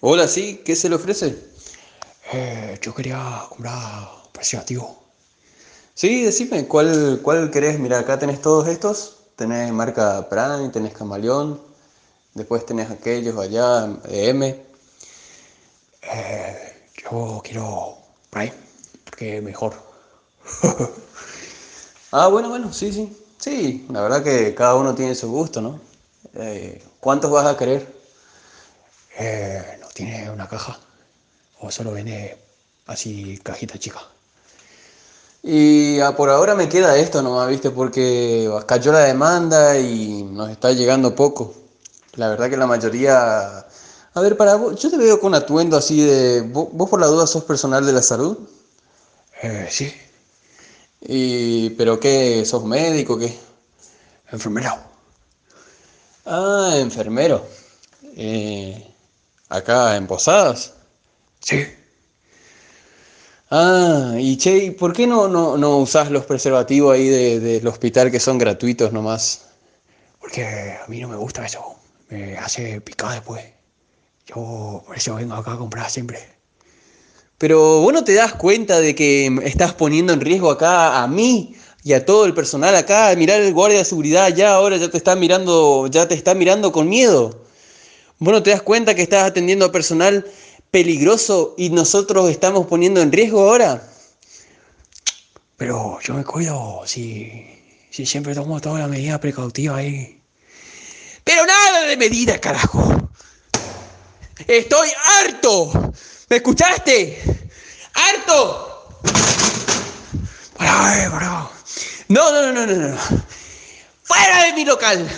Hola, sí, ¿qué se le ofrece? Eh, yo quería comprar un preservativo. Sí, decime, ¿cuál, cuál querés? Mira, acá tenés todos estos. Tenés marca Prime, tenés Camaleón, después tenés aquellos allá, M. Eh, yo quiero Prime, porque es mejor. Ah, bueno, bueno, sí, sí. Sí, la verdad que cada uno tiene su gusto, ¿no? Eh, ¿cuántos vas a querer? Eh, ¿No tiene una caja? ¿O solo vende así cajita chica? Y ah, por ahora me queda esto nomás, ¿viste? Porque cayó la demanda y nos está llegando poco. La verdad que la mayoría... A ver, para vos, yo te veo con atuendo así de... ¿Vos, vos por la duda sos personal de la salud? Eh, sí, ¿Y pero qué? ¿Sos médico? ¿Qué? enfermera. Ah, enfermero. Eh, acá en Posadas. Sí. Ah, y che, ¿y por qué no, no, no usás los preservativos ahí de- del hospital que son gratuitos nomás? Porque a mí no me gusta eso. Me hace picar después. Yo por eso vengo acá a comprar siempre. Pero vos no te das cuenta de que estás poniendo en riesgo acá a mí y a todo el personal acá. Mirar el guardia de seguridad ya ahora ya te está mirando, ya te está mirando con miedo. Vos no te das cuenta que estás atendiendo a personal peligroso y nosotros estamos poniendo en riesgo ahora. Pero yo me cuido si, si siempre tomo todas las medidas precautivas ahí. Pero nada de medida, carajo. Estoy harto. ¿Me escuchaste? ¡Harto! Pará, eh, pará. No, no, no, no, no, no. ¡Fuera de mi local!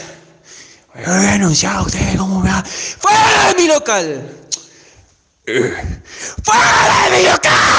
Yo le he denunciado a ustedes cómo me ha... ¡Fuera de mi local! ¡Fuera de mi local!